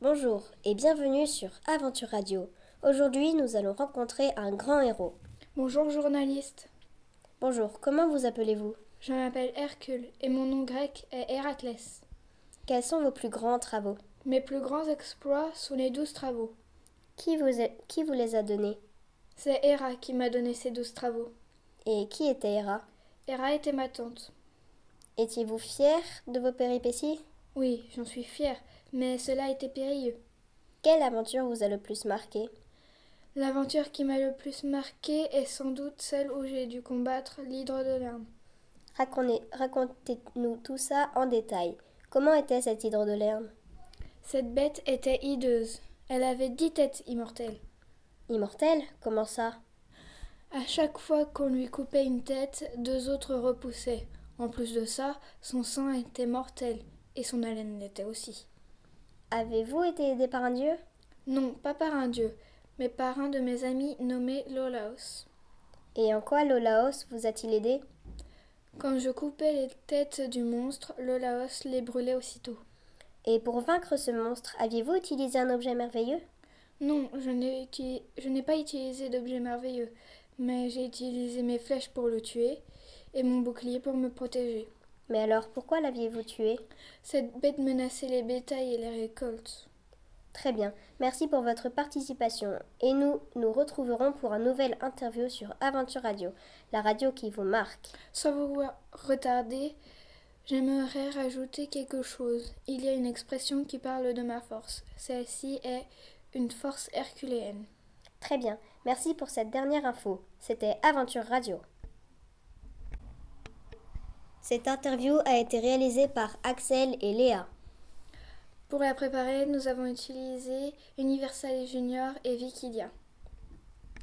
Bonjour et bienvenue sur Aventure Radio. Aujourd'hui, nous allons rencontrer un grand héros. Bonjour journaliste, Bonjour, comment vous appelez-vous je m'appelle Hercule et mon nom grec est Héraclès. Quels sont vos plus grands travaux Mes plus grands exploits sont les douze travaux. qui vous, a- qui vous les a donnés C'est Héra qui m'a donné ces douze travaux. Et qui était Hera Héra était ma tante. Étiez-vous fier de vos péripéties Oui, j'en suis fière, mais cela était périlleux. Quelle aventure vous a le plus marqué L'aventure qui m'a le plus marquée est sans doute celle où j'ai dû combattre l'hydre de l'Inde. Racontez- Racontez-nous tout ça en détail. Comment était cette hydre de l'herbe Cette bête était hideuse. Elle avait dix têtes immortelles. Immortelle Comment ça À chaque fois qu'on lui coupait une tête, deux autres repoussaient. En plus de ça, son sang était mortel, et son haleine l'était aussi. Avez-vous été aidé par un dieu Non, pas par un dieu, mais par un de mes amis nommé Lolaos. Et en quoi Lolaos vous a-t-il aidé Quand je coupais les têtes du monstre, Lolaos les brûlait aussitôt. Et pour vaincre ce monstre, aviez-vous utilisé un objet merveilleux Non, je n'ai uti- je n'ai pas utilisé d'objet merveilleux, mais j'ai utilisé mes flèches pour le tuer et mon bouclier pour me protéger. Mais alors pourquoi l'aviez-vous tué Cette bête menaçait les bétails et les récoltes. Très bien, merci pour votre participation. Et nous nous retrouverons pour un nouvel interview sur Aventure Radio, la radio qui vous marque. Sans vous retarder, j'aimerais rajouter quelque chose. Il y a une expression qui parle de ma force. Celle-ci est une force herculéenne. Très bien, merci pour cette dernière info. C'était Aventure Radio. Cette interview a été réalisée par Axel et Léa. Pour la préparer, nous avons utilisé Universal Junior et Wikidia.